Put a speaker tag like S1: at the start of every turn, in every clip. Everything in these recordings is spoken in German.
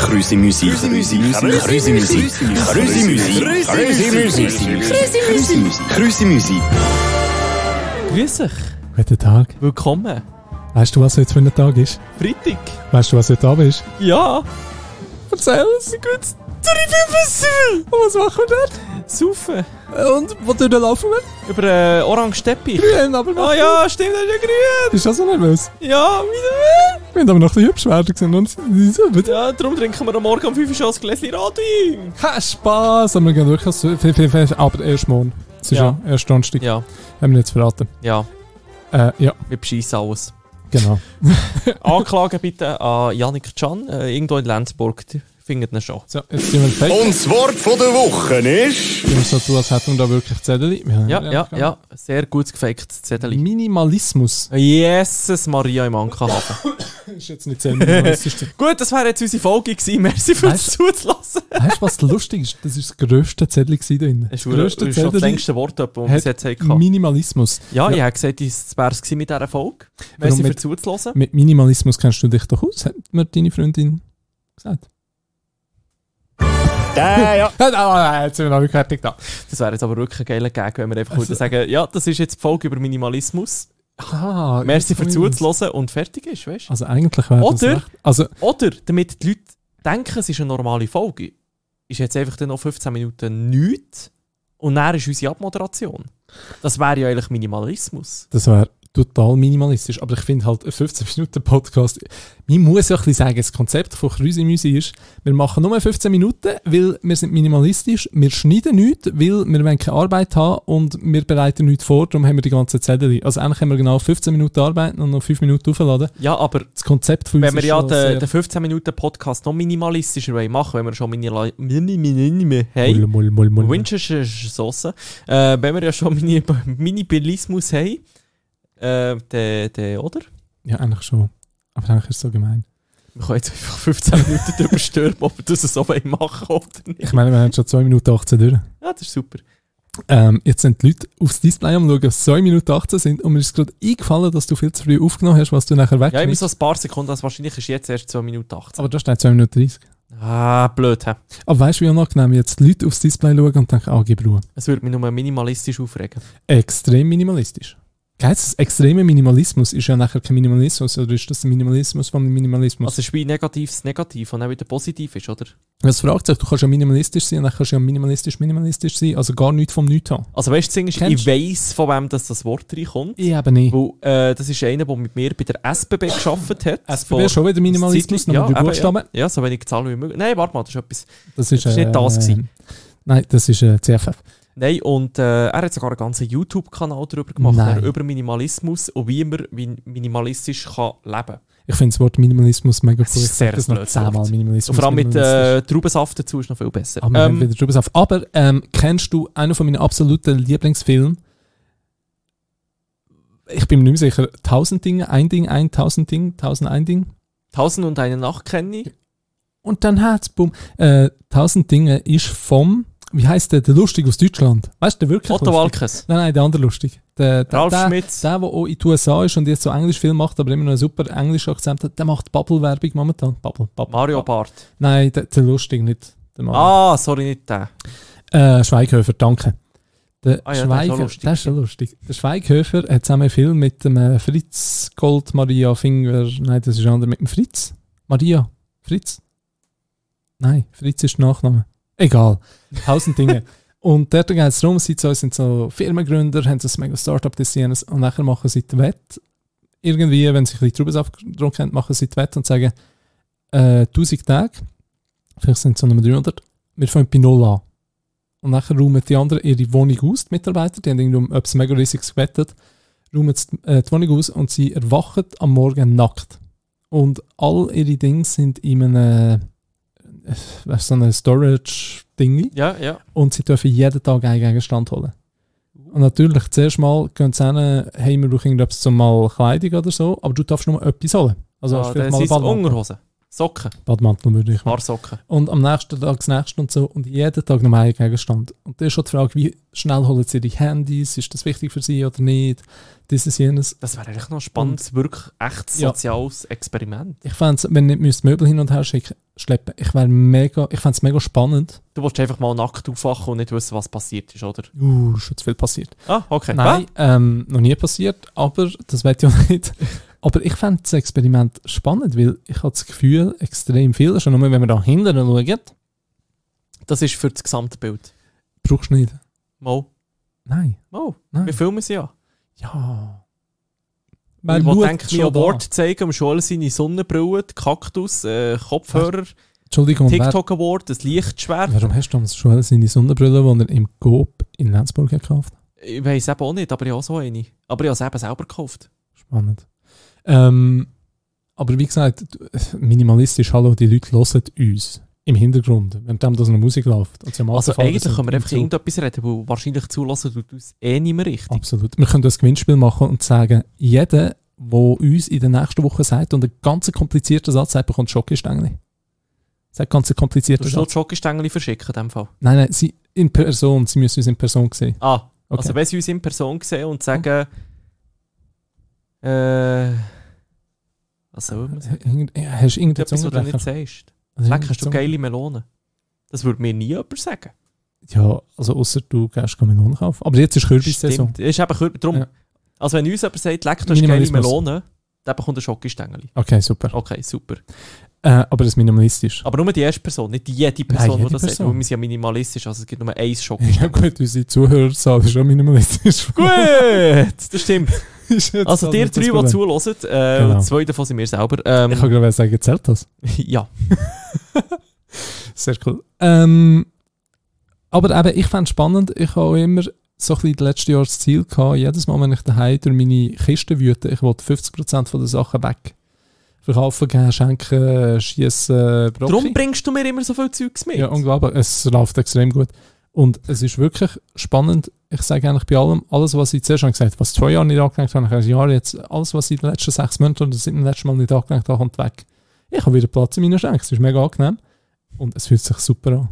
S1: Krüsi Musik. Krüsi Musik. Krüsi Musik. Krüsi Musik. Krüsi Musik. Krüsi Musik. Krüsi Musik.
S2: Grüß euch,
S3: Guten Tag.
S2: willkommen.
S3: Weißt du, was heute für ein Tag ist?
S2: Freitag.
S3: Weißt du, was heute Abend ist?
S2: Ja,
S3: Erzähl's.
S2: wie geht's?
S3: Und was machen wir
S2: Saufen.
S3: dort? Und wo dürfen laufen wir?
S2: Über äh, orange Teppich.
S3: Grün, aber
S2: Ah ja, stimmt, das ist ja grün.
S3: Bist du auch so nervös?
S2: Ja, wieder.
S3: Wir haben aber noch die Hübschwerden gesehen und so. bitte.
S2: Ja, darum trinken wir am Morgen um 5 Uhr schon ein Gläschen Radwein.
S3: Ha, Spass! Aber wir gehen wirklich so viel, viel, viel, aber erst morgen. Es ist
S2: Ja.
S3: ja erst Donnerstag.
S2: Ja,
S3: Haben wir nicht zu verraten.
S2: ja,
S3: Äh, ja,
S2: wir beschissen alles.
S3: genau.
S2: Anklagen bitte an Janik Can, äh, irgendwo in Lenzburg. Die Findet ihn schon.
S3: So, jetzt gehen wir weg.
S1: Und das Wort von der Woche ist...
S3: Gehen wir so tun, als hätten wir da wirklich Zettel.
S2: Ja, ja, ja. Sehr gut gefaktes Zettel.
S3: Minimalismus.
S2: Jesus Maria im Anker haben.
S3: Ist jetzt nicht sehr minimalistisch.
S2: gut, das wäre jetzt unsere Folge gewesen. Merci fürs
S3: Weißt-
S2: Zuzulassen.
S3: Weißt du, was lustig ist? Das war das grösste Zettel da drin.
S2: Das ist wohl- das ist schon das längste Wort, das wir bis jetzt hatten.
S3: Minimalismus.
S2: Ja, ich habe gesagt, das wäre es gewesen mit dieser Folge.
S3: Warum
S2: Merci für
S3: mit-
S2: zuzuhören.
S3: Mit Minimalismus kennst du dich doch aus, hat mir deine Freundin gesagt.
S1: Äh, ja.
S3: Ah, ah, ah, Jetzt sind wir noch nicht fertig da.
S2: Das wäre jetzt aber wirklich ein geiler Gag, wenn wir einfach würden sagen, ja, das ist jetzt die Folge über Minimalismus.
S3: Ah,
S2: Merci für
S3: jetzt
S2: zuzuhören und fertig ist, weißt du?
S3: Also eigentlich wäre das
S2: Oder?
S3: recht. Also,
S2: Oder, damit die Leute denken, es ist eine normale Folge, ist jetzt einfach dann noch 15 Minuten nichts und dann ist unsere Abmoderation. Das wäre ja eigentlich Minimalismus.
S3: das wäre total minimalistisch. Aber ich finde halt, ein 15 Minuten Podcast... Man muss ja ein bisschen sagen, das Konzept von Krüsimüsi ist, wir machen nur 15 Minuten, weil wir sind minimalistisch, wir schneiden nichts, weil wir wollen keine Arbeit haben und wir bereiten nichts vor, darum haben wir die ganzen Zettel. Also eigentlich haben wir genau 15 Minuten arbeiten und noch 5 Minuten aufladen.
S2: Ja, aber
S3: Das Konzept von uns
S2: wenn wir
S3: ist
S2: ja
S3: schon sehr-
S2: den, den 15 Minuten Podcast noch minimalistischer wollen machen wenn wir schon mini, mini, mini, mini, hey,
S3: Mull, mull, mull, mull.
S2: Winchester Sauce. Äh, wenn wir ja schon Mini- Minimalismus haben, äh, der, der, oder?
S3: Ja, eigentlich schon. Aber eigentlich ist es so gemein.
S2: Wir können jetzt einfach 15 Minuten darüber stürmen, ob wir das so wollen machen oder nicht.
S3: Ich meine, wir haben schon 2 Minuten 18 durch.
S2: Ja, das ist super.
S3: Ähm, jetzt sind die Leute aufs Display am schauen, dass 2 Minuten 18 sind und mir ist gerade eingefallen, dass du viel zu früh aufgenommen hast, was du nachher
S2: Ja, immer
S3: wegschnittst.
S2: so ein paar Sekunden, also wahrscheinlich ist jetzt erst 2 Minuten 18.
S3: aber da steht 2 Minuten 30.
S2: Ah, blöd, hä?
S3: Aber weißt du, wie unangenehm jetzt die Leute aufs Display schauen und denken, ah, gib Ruhe.
S2: Es würde mich nur minimalistisch aufregen.
S3: Extrem minimalistisch. Geht's? Extremer Minimalismus ist ja nachher kein Minimalismus, oder ist das ein Minimalismus vom Minimalismus?
S2: Also ist wie negatives negativ und dann wieder positiv ist, oder?
S3: das fragt sich, du kannst ja minimalistisch sein und dann kannst du ja minimalistisch minimalistisch sein, also gar nichts vom Nichts haben.
S2: Also weißt du, das Ding ist, ich
S3: Kennst
S2: weiss, von wem das, das Wort reinkommt.
S3: Ich eben nicht.
S2: Weil, äh, das ist einer, der mit mir bei der SBB gearbeitet hat.
S3: Bei mir
S2: Also Vor-
S3: schon wieder Minimalismus,
S2: Zeitli-
S3: nochmal die
S2: eben,
S3: Buchstaben.
S2: Ja. ja, so wenig Zahlen wie möglich. Nein, warte mal, das ist etwas.
S3: Das ist, äh,
S2: Das ist nicht das gewesen.
S3: Nein, das ist äh, CFF.
S2: Nein, und äh, er hat sogar einen ganzen YouTube-Kanal darüber gemacht,
S3: Nein.
S2: er- über Minimalismus und wie man min- minimalistisch kann leben kann.
S3: Ich finde das Wort Minimalismus mega cool.
S2: ist
S3: Ich
S2: sehr
S3: sag das noch
S2: blödes
S3: zehnmal
S2: Wort. Und
S3: Minimalismus.
S2: vor allem mit äh,
S3: Minimalistisch.
S2: Traubensaft dazu ist noch viel besser.
S3: Aber, wir haben
S2: Ähm,
S3: wieder drüber auf. Aber ähm, kennst du einen von meinen absoluten Lieblingsfilmen? Ich bin mir nicht mehr sicher. Tausend Dinge, ein Ding, ein Tausend Ding, tausend ein Ding.
S2: Tausend und eine Nacht kenne ich.
S3: Und dann hat's bumm. Äh, tausend Dinge ist vom, wie heißt der, der Lustig aus Deutschland? Weißt du, der wirklich
S2: Otto
S3: Lustig?
S2: Walkes.
S3: Nein, nein, der andere Lustig. Der, der,
S2: Ralf
S3: der,
S2: Schmitz.
S3: Der, der auch in die USA ist und jetzt so Englischfilm macht, aber immer noch einen super englischen Akzent hat, der macht Bubble-Werbung momentan. Bubble, Bubble.
S2: Mario Barth.
S3: Nein, der, der lustig nicht. Der Mann.
S2: Ah, sorry, nicht der.
S3: Äh, Schweighöfer, danke. Der
S2: Ah ja, der ist auch
S3: Schweighöfer,
S2: lustig.
S3: der ist schon lustig. Der Schweighöfer hat zusammen einen Film mit dem äh, Fritz Gold Maria Finger. Nein, das ist ein anderer. Mit dem Fritz? Maria? Fritz? Nein, Fritz ist der Nachname. Egal. Tausend Dinge. Und dort geht es darum, sie zwei sind so Firmengründer, haben so ein mega Startup, das sie haben, und nachher machen sie die Wette. Irgendwie, wenn sie ein bisschen Traubensaft getrunken haben, machen sie die Wette und sagen, äh, 1000 Tage, vielleicht sind es so Nummer 300, wir fangen bei Null an. Und nachher räumen die anderen ihre Wohnung aus, die Mitarbeiter, die haben irgendwie um etwas mega riesiges gewettet, räumen die, äh, die Wohnung aus und sie erwachen am Morgen nackt. Und all ihre Dinge sind in einem, äh, äh, weisst du, so einem Storage-Ding
S2: Ja, ja.
S3: und sie dürfen jeden Tag einen Gegenstand holen. Und natürlich, zuerst mal gehen sie hin, hey, wir brauchen irgendetwas zum Mal Kleidung oder so, aber du darfst nur etwas holen. Also hast
S2: Ah,
S3: du
S2: das
S3: vielleicht mal einen
S2: sind
S3: Badmantel.
S2: Unterhosen. Socken.
S3: Badmantel würde ich machen.
S2: Paar Socken.
S3: Und am nächsten Tag das nächste und so und jeden Tag noch einen Gegenstand. Und da ist schon die Frage, wie schnell holen sie ihre Handys, ist das wichtig für sie oder nicht, dieses jenes.
S2: Das wäre eigentlich noch ein spannendes, wirklich echtes
S3: Ja.
S2: soziales Experiment.
S3: Ich fände es, wenn nicht müsst Möbel hin und her schicken, schleppen. Ich wäre mega, ich fände es mega spannend.
S2: Du willst einfach mal nackt aufwachen und nicht wissen, was passiert ist, oder?
S3: Uh, schon zu viel passiert.
S2: Ah, okay.
S3: Nein, ähm, noch nie passiert, aber das weiß ich auch nicht. Aber ich fände das Experiment spannend, weil ich habe das Gefühl, extrem viel, schon nur wenn wir da hinten schauen,
S2: Ah, Das ist für das gesamte Bild.
S3: brauchst du nicht.
S2: Mal.
S3: Nein,
S2: Mal.
S3: nein.
S2: Wir filmen es ja.
S3: Ja.
S2: Man ich will,
S3: schaut
S2: denke ich,
S3: schon
S2: mein Award
S3: da.
S2: zeigen, am Schule seine Sonnenbrille, die Kaktus, äh, Kopfhörer,
S3: Entschuldigung, wer,
S2: TikTok Award, das Lichtschwert.
S3: warum hast du uns schon seine Sonnenbrille, die er im Coop in Lenzburg hat gekauft
S2: Ich weiß eben auch nicht, aber ich habe auch so eine. Aber ich habe es eben selber gekauft.
S3: Spannend. Ähm, aber wie gesagt, du- minimalistisch, hallo, die Leute hören uns im Hintergrund, während dem, dass noch Musik läuft. Und sie am
S2: Also
S3: Autofahren
S2: eigentlich
S3: sind
S2: können wir
S3: im
S2: einfach
S3: Zug.
S2: irgendetwas reden, weil wahrscheinlich zulassen tut uns eh nicht mehr richtig.
S3: Absolut. Wir können das Gewinnspiel machen und sagen, jeder, der uns in der nächsten Woche sagt und einen ganz komplizierten Satz sagt, bekommt Schokostängel. Sagt ganz einen
S2: Du
S3: komplizierten
S2: musst nur
S3: Satz.
S2: die Schokostängel verschicken in dem Fall.
S3: Nein, nein, sie in Person, sie müssen uns in Person sehen.
S2: Ah,
S3: Okay. Oh.
S2: also wenn sie uns in Person sehen und sagen... Äh... Was soll man sagen?
S3: H- irgend- Hast du irgendeinen
S2: Etwas, was du nicht
S3: Zungenbrecher?
S2: sagst.
S3: Also
S2: Leck, hast du
S3: irgendeinen
S2: geile Melonen. Das würde mir nie jemand sagen.
S3: Zungen- Ja, also außer du gehst Melonen kaufen. Aber jetzt ist Kürbissaison.
S2: Stimmt. Ist eben Kürbis. Drum.
S3: Ja.
S2: Also, wenn uns jemand sagt, leck, du hast geile
S3: Minimalismus.
S2: Melonen, dann bekommt er Schokostängel.
S3: Okay, super.
S2: Okay, super.
S3: Äh, aber das ist minimalistisch.
S2: Aber nur die erste Person, nicht jede Person,
S3: jede
S2: die das sagt.
S3: Person.
S2: Weil wir sind ja minimalistisch, also es gibt nur ein
S3: Ja
S2: Schokostängel.
S3: gut, unsere Zuhörerzahl ist schon minimalistisch.
S2: Gut, das stimmt.
S3: Ist jetzt
S2: Also,
S3: auch
S2: dir
S3: nicht
S2: drei,
S3: das
S2: die
S3: Problem.
S2: zulassen, äh,
S3: Genau.
S2: und zwei davon sind wir selber. Ähm,
S3: Ich kann gerade sagen, zählt das?
S2: ja,
S3: Sehr cool. Ähm, aber eben, ich fand es spannend, ich habe auch immer so ein bisschen letztes Jahr das Ziel gehabt, jedes Mal, wenn ich daheim durch meine Kiste wüte, ich wollte 50% von den Sachen weg. Verkaufen, geben, schenken, schießen,
S2: darum bringst du mir immer so viel Zeugs mit.
S3: Ja, unglaublich. Es läuft extrem gut. Und es ist wirklich spannend. Ich sage eigentlich bei allem, alles, was ich zuerst habe gesagt habe, was zwei Jahre nicht angelenkt habe, ich sage, ja, jetzt, alles, was ich in den letzten sechs Monaten oder seit dem letzten Mal nicht angelenkt habe, kommt weg. Ich habe wieder Platz in meiner Schenke. Es ist mega angenehm. Und es fühlt sich super an.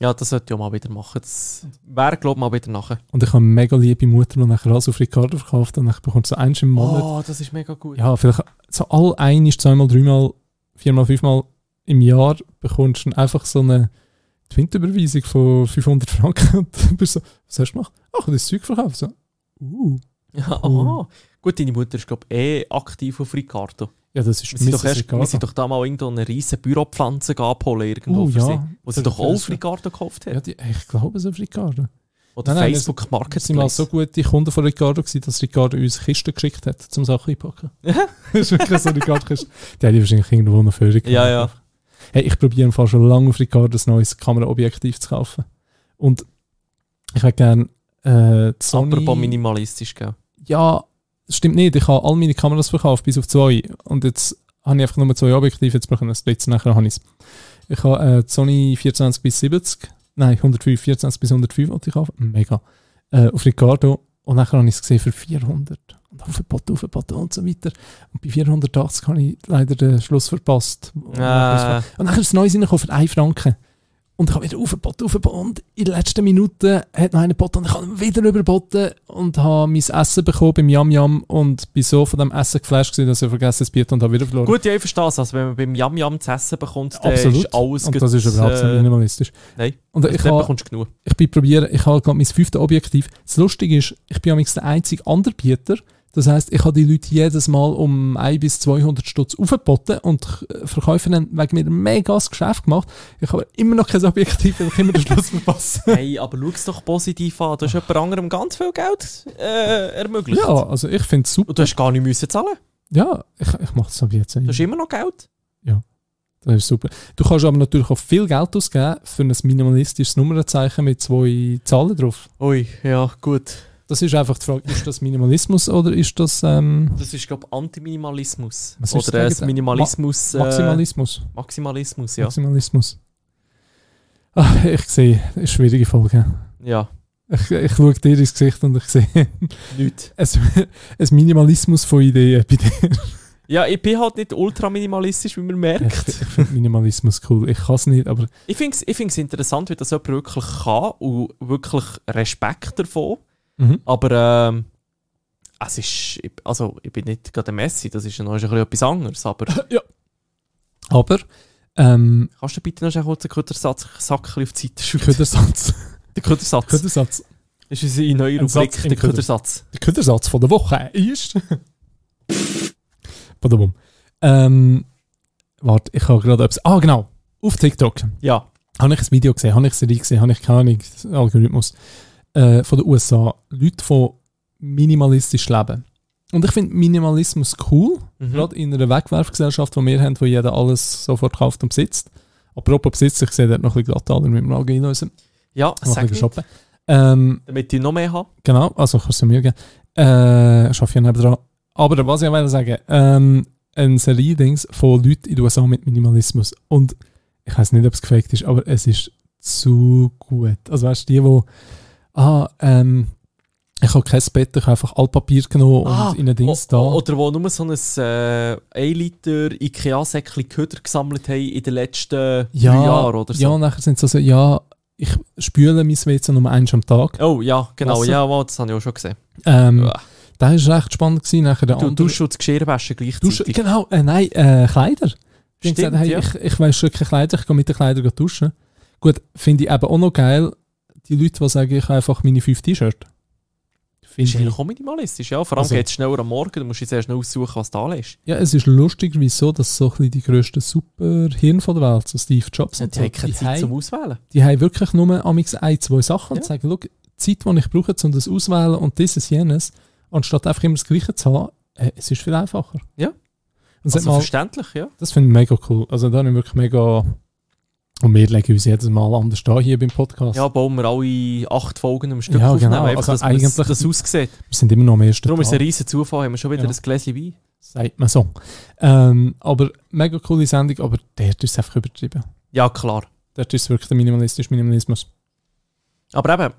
S2: ja, das sollte ich auch mal wieder machen. Das wäre, glaube ich, mal wieder nachher.
S3: Und ich habe eine mega liebe Mutter, die nachher alles auf Ricardo verkauft und ich bekomme so eins im Monat.
S2: Oh, das ist mega gut.
S3: Ja, vielleicht so all ein, zweimal, dreimal, viermal, fünfmal im Jahr bekommst du dann einfach so eine Twint-Überweisung von 500 Franken und dann bist du so, was hast du gemacht? Ach, ich habe das Zeug verkauft. So, uh.
S2: Ja,
S3: Cool.
S2: aha. Oh. Gut, deine Mutter ist, glaube ich, eh aktiv auf Ricardo.
S3: Ja, das ist
S2: Wir sind, doch
S3: Mrs.
S2: erst, wir
S3: Ricardo.
S2: sind doch da mal irgendwo eine riesen Büropflanze abholen irgendwo
S3: Oh,
S2: für
S3: ja.
S2: sie. Wo sie
S3: Das-
S2: doch auch
S3: das-
S2: auf Ricardo gekauft hat.
S3: Ja, die, ich glaube es auf Ricardo.
S2: Oder
S3: Nein, nein,
S2: Facebook
S3: Wir sind mal so
S2: Marketplace.
S3: gute Kunden von Ricardo gewesen, dass Ricardo uns Kisten geschickt hat, zum Sachen einpacken. das ist wirklich so eine Ricardo-Kiste. Die hat die wahrscheinlich irgendwo noch Führung
S2: Ja, ja.
S3: Hey, ich probiere im Fall schon lange auf Ricardo ein neues Kameraobjektiv zu kaufen. Und ich hätte gerne äh, die Sony...
S2: Apropos minimalistisch, gell?
S3: Ja, das stimmt nicht. Ich habe all meine Kameras verkauft, bis auf zwei. Und jetzt habe ich einfach nur zwei Objektive. Jetzt brauche ich ein drittes, nachher habe ich es. Ich habe äh, die Sony 24 bis 70. Nein, 105, 24 bis 105 wollte ich kaufen. Mega. Äh, auf Ricardo. Und nachher habe ich es gesehen für 400. Und aufgeboten, aufgeboten und so weiter. Und bei 480 habe ich leider den Schluss verpasst. Und nachher
S2: Äh,
S3: ist- Und nachher ist das Neues reingekommen für 1 Franken. Und ich habe wieder aufgeboten, aufgeboten. Und in der letzten Minute hat noch einer geboten und ich habe ihn wieder überboten und habe mein Essen bekommen beim Yam Yam und bin so von dem Essen geflasht, gewesen, dass ich vergessen das Bier und habe wieder verloren.
S2: gut, ja, ich verstehe es. Also, wenn man beim Yam Yam zu essen bekommt, dann
S3: Absolut.
S2: ist alles
S3: und das ist überhaupt nicht
S2: äh,
S3: minimalistisch.
S2: nein.
S3: Und
S2: ich
S3: ich
S2: Dann
S3: habe
S2: bekommst du genug.
S3: ich bin probieren, ich habe gerade mein fünftes Objektiv. Das Lustige ist, ich bin amigs der einzige Anbieter. Das heißt, ich habe die Leute jedes Mal um 1 bis 200 Stutz aufgeboten und die Verkäufer haben wegen mir ein megas Geschäft gemacht. Ich habe immer noch kein Objektiv, weil ich immer den Schluss verpasse.
S2: Hey, aber schau es doch positiv an. Du hast jemand anderem ganz viel Geld äh, ermöglicht.
S3: ja, also ich finde es super.
S2: Und du hast gar nicht müssen zahlen.
S3: Ja, ich, ich mache es ab jetzt.
S2: Du hast immer noch Geld.
S3: Das ist super. Du kannst aber natürlich auch viel Geld ausgeben für ein minimalistisches Nummernzeichen mit zwei Zahlen drauf.
S2: Ui, ja, gut.
S3: Das ist einfach die Frage, ist das Minimalismus oder ist das ähm,
S2: Das ist, glaube ich, Antiminimalismus.
S3: Was ist das
S2: Oder das
S3: Gegenteil?
S2: Minimalismus. äh,
S3: Maximalismus?
S2: Maximalismus, ja.
S3: Maximalismus. Ah, ich sehe, es ist eine schwierige Folge.
S2: Ja,
S3: Ich, ich schaue dir ins Gesicht und ich sehe
S2: nicht.
S3: es, ein Minimalismus von Ideen bei dir.
S2: Ja, ich bin halt nicht ultraminimalistisch, wie man merkt.
S3: Ich, ich finde Minimalismus cool. Ich kann es nicht, aber
S2: Ich finde es ich find's interessant, wie das jemand wirklich kann und wirklich Respekt davon.
S3: mhm.
S2: Aber ähm, es ist, ich- also ich bin nicht gerade ein Messi, das ist ja noch ein bisschen etwas anderes, aber
S3: Aber Ähm,
S2: Kannst du bitte noch einen kurzen Küttersatz Sack auf die Seite schütteln?
S3: Ködersatz.
S2: Der Küttersatz
S3: Ködersatz.
S2: ist unsere neue
S3: Ein
S2: Rubrik,
S3: Satz im
S2: der
S3: Köder.
S2: Küttersatz.
S3: Der Ködersatz von der Woche ist. Badabum. Ähm, warte, ich habe gerade etwas. Ah, genau. Auf TikTok
S2: Ja,
S3: habe ich ein Video gesehen, habe ich Serie gesehen, habe ich keine Ahnung, Algorithmus äh, von den USA. Leute, die minimalistisch leben. Und ich finde Minimalismus cool,
S2: mhm.
S3: gerade in einer Wegwerfgesellschaft, die wir haben, wo jeder alles sofort kauft und besitzt. Apropos Besitz, ich sehe dort noch ein bisschen Glattaler mit dem Auge in unserem
S2: ja
S3: noch ein
S2: sag
S3: bisschen
S2: ich.
S3: shoppen. Ähm,
S2: Damit ich noch mehr habe.
S3: Genau, also kannst du mir geben. Äh, ich arbeite ja nebenan. Aber was ich wollte sagen, ähm, eine Serie-Dings von Leuten in den USA mit Minimalismus. Und ich weiß nicht, ob es gefaked ist, aber es ist zu gut. Also weißt du, die, die ah, ähm, ich habe kein Bett, ich habe einfach Altpapier genommen
S2: Ah,
S3: und in ein Dings da.
S2: O- Oder wo nur so ein äh, 1 Liter Ikea-Säckchen Köder gesammelt haben in den letzten drei Jahren oder so.
S3: Ja, nachher sind sie so, ja, ich spüle mein WC nur eins am Tag.
S2: Oh ja, genau,
S3: Wasser.
S2: ja, wow, das habe ich auch schon gesehen.
S3: Ähm,
S2: Uah.
S3: das ist recht spannend gewesen. Nachher der
S2: Du
S3: andere-
S2: duschst und das Geschirr waschen
S3: Duschen,
S2: gleichzeitig.
S3: genau, äh, nein, äh, Kleider. Die haben
S2: Stimmt,
S3: gesagt, hey,
S2: ja.
S3: ich, ich weiss schon keine Kleider, ich gehe mit den Kleidern duschen. Gut, finde ich eben auch noch geil, die Leute, die sagen, ich habe einfach meine fünf T-Shirts.
S2: Ist
S3: Finde ich.
S2: eigentlich auch minimalistisch, ja. Vor allem
S3: Also-
S2: geht es schneller am Morgen, du musst jetzt erst noch aussuchen, was da ist.
S3: Ja, es ist lustig, wieso dass so ein bisschen die grössten Superhirn von der Welt, so Steve Jobs
S2: Die
S3: und so,
S2: haben keine
S3: Also die,
S2: Zeit zum
S3: haben,
S2: Auswählen.
S3: die haben wirklich nur amix ein, zwei Sachen und
S2: Ja.
S3: sagen, schau, die Zeit, die ich brauche, um das auswählen und dieses, jenes, anstatt einfach immer das Gleiche zu haben, äh, es ist viel einfacher.
S2: Ja.
S3: Und
S2: Also
S3: also mal,
S2: verständlich, ja.
S3: Das finde ich mega cool. Also da habe ich wirklich mega... Und wir legen uns jedes Mal anders da hier beim Podcast.
S2: Ja, bauen wir alle acht Folgen am Stück
S3: Ja,
S2: aufnehmen,
S3: genau.
S2: einfach,
S3: Also
S2: dass man das,
S3: eigentlich-
S2: das aussieht.
S3: Wir sind immer noch am ersten
S2: Darum ist es ein
S3: Tag,
S2: riesen Zufall, haben wir schon wieder
S3: Ja.
S2: ein Gläschen Wein.
S3: sagt man so. Ähm, aber mega coole Sendung, aber dort ist es einfach übertrieben.
S2: Ja, klar.
S3: Dort ist es wirklich der minimalistische Minimalismus.
S2: Aber eben,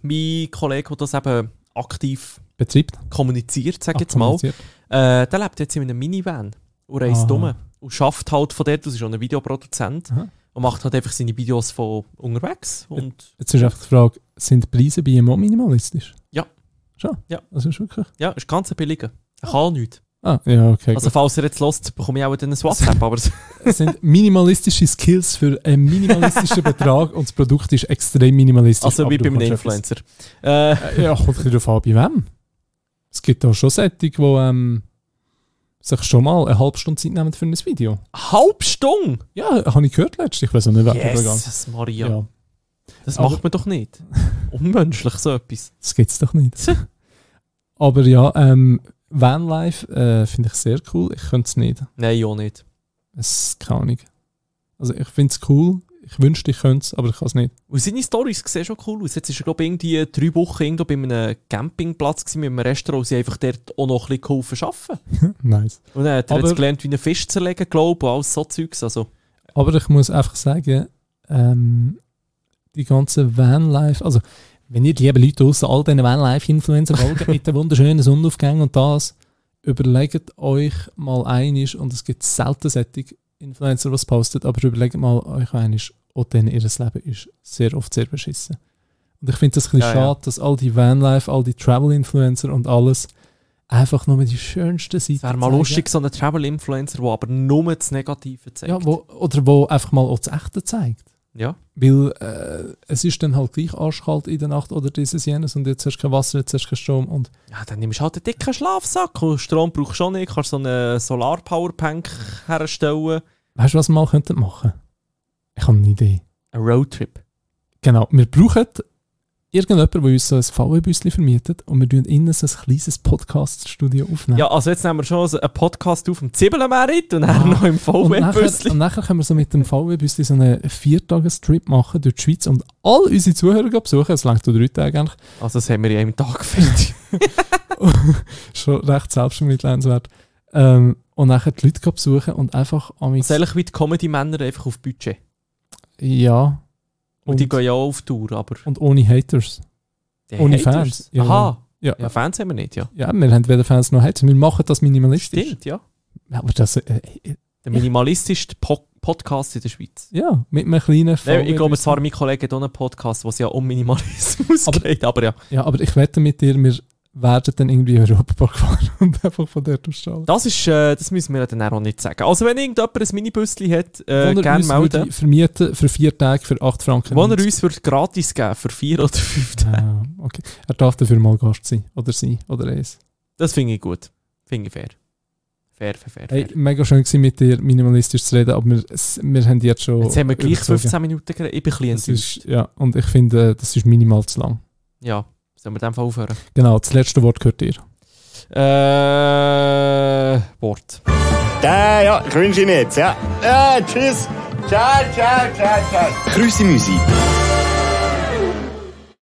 S2: mein Kollege, der das eben aktiv
S3: Betreibt.
S2: kommuniziert, sage ich jetzt mal,
S3: Aktualisiert.
S2: Äh, der lebt jetzt in einem Minivan und reist
S3: Aha.
S2: rum und schafft halt von dort aus, ist auch ein Videoproduzent
S3: Aha.
S2: und macht halt einfach seine Videos von unterwegs. Und
S3: Jetzt ist einfach die Frage, sind die Preise bei ihm auch minimalistisch?
S2: Ja.
S3: Schon?
S2: Ja.
S3: Also ist wirklich...
S2: ja, ist ganz ein billiger. Er kann nichts.
S3: Ah, ja, okay.
S2: Also falls er jetzt hört, bekomme ich auch dann ein WhatsApp, aber es-
S3: gut. Es sind minimalistische Skills für einen minimalistischen Betrag und das Produkt ist extrem minimalistisch.
S2: also
S3: aber
S2: wie
S3: du
S2: bei einem
S3: kannst etwas-
S2: Influencer. Äh,
S3: Äh, Ja, kommt ein bisschen darauf an, bei wem. Es gibt da schon solche, die ähm, sich schon mal eine halbe Stunde Zeit nehmen für ein Video.
S2: halb Stunde!
S3: Ja, habe ich gehört letztens. Ich weiß auch nicht, wer yes.
S2: Jesus Maria,
S3: Ja,
S2: das
S3: Aber-
S2: macht man doch nicht. Unmenschlich, so etwas.
S3: das gibt es doch nicht. Aber ja, ähm, Vanlife äh, finde ich sehr cool. Ich könnte es nicht.
S2: Nein, auch nicht.
S3: Es keine Ahnung. Also ich finde es cool. Ich wünschte, ich könnte es, aber ich kann es nicht.
S2: Und seine Storys sehen schon cool aus. Jetzt ist er, glaube ich, irgendwie drei Wochen irgendwo bei einem Campingplatz gewesen, mit einem Restaurant, wo sie einfach dort auch noch ein bisschen geholfen arbeiten.
S3: nice.
S2: Und dann hat er
S3: Aber-
S2: jetzt gelernt, wie einen Fisch zu legen, glaube ich, und alles so Zeugs. Also,
S3: Aber ich muss einfach sagen, ähm, die ganze Vanlife, also wenn ihr die lieben Leute außer all diesen Vanlife-Influencer folgen mit den wunderschönen Sonnenaufgängen und das, überlegt euch mal einig und es gibt selten solche Influencer, was postet, aber überlegt mal euch einig, und dann ihr Leben ist sehr oft sehr beschissen. Und ich finde das ein bisschen
S2: Ja, ja.
S3: schade, dass all die Vanlife, all die Travel-Influencer und alles einfach nur die schönsten Seiten
S2: es wäre mal
S3: zeigen.
S2: lustig, so ein Travel-Influencer, der aber nur das Negative zeigt.
S3: Ja, wo, oder wo einfach mal auch das Echte zeigt.
S2: Ja.
S3: Weil äh, es ist dann halt gleich arschkalt in der Nacht oder dieses jenes und jetzt hast du kein Wasser, jetzt hast du keinen Strom und
S2: Ja, dann nimmst du halt einen dicken Schlafsack. Und Strom brauchst du schon nicht. Kannst so einen Solar-Powerbank herstellen.
S3: weißt du, was wir mal könnten machen? Ich habe eine Idee.
S2: Ein Roadtrip.
S3: Genau, wir brauchen irgendjemanden, der uns so ein VW-Büsschen vermietet und wir tun innen so ein kleines Podcast-Studio aufnehmen.
S2: Ja, also jetzt nehmen wir schon so einen Podcast auf um dem Zibelenmerit und dann
S3: Ah.
S2: noch im
S3: Und nachher,
S2: VW-Büssli.
S3: und nachher können wir so mit dem VW-Büsschen so einen Viertagestrip machen durch die Schweiz und all unsere Zuhörer gehen besuchen. Es langt drei Tage eigentlich.
S2: Also, das haben wir in einem Tag fertig.
S3: schon recht selbstmitleidenswert. Ähm, und nachher die Leute besuchen und einfach an mich.
S2: Also, ehrlich wie die Comedy-Männer einfach auf Budget.
S3: Ja.
S2: Und,
S3: Und,
S2: die gehen ja auch auf Tour, aber.
S3: und ohne Haters.
S2: die
S3: Ohne
S2: Haters.
S3: Fans. Ja.
S2: Aha.
S3: Ja.
S2: Ja,
S3: ja.
S2: Fans haben wir nicht, ja.
S3: wir haben weder Fans noch Haters. Wir machen das minimalistisch.
S2: Stimmt, ja.
S3: Ja, Aber das, äh, äh,
S2: Der minimalistischste po Podcast in der Schweiz.
S3: ja, mit einem kleinen
S2: Nein, ich glaube,
S3: VW-Büsschen.
S2: zwar mein Kollege hat auch einen Podcast, wo es ja um Minimalismus
S3: Aber-
S2: geht, aber ja.
S3: Ja, aber ich wette mit dir, wir werden dann irgendwie in Europa gefahren und einfach von dort ausstrahlen.
S2: Das, ist, äh, das müssen wir dann auch nicht sagen. Also, wenn irgendjemand ein Minibüsschen hat, äh,
S3: Wundert
S2: gerne
S3: uns, würde
S2: melden.
S3: ich vermieten für vier Tage für 8 Franken.
S2: Wo er uns wird gratis geben für vier oder fünf Tage.
S3: Ah, okay. Er darf dafür mal Gast sein. Oder sie. Oder es.
S2: Das finde ich gut. Finde ich fair. Fair, fair, fair.
S3: Hey,
S2: fair.
S3: mega schön gewesen, mit dir minimalistisch zu reden, aber wir, es- wir haben jetzt schon.
S2: Jetzt haben wir gleich
S3: überzogen.
S2: 15 Minuten geredet. Ich bin ein
S3: Das
S2: bisschen
S3: ist,
S2: enttäuscht.
S3: ja, und ich finde, äh, das ist minimal zu lang.
S2: Ja, sollen wir in dem Fall aufhören?
S3: Genau, das letzte Wort gehört dir.
S2: Äh, Wort.
S1: Ja, ja, ich wünsche Ihnen jetzt, ja. Ja, tschüss. Ciao, ciao, ciao, ciao. Grüße Musik.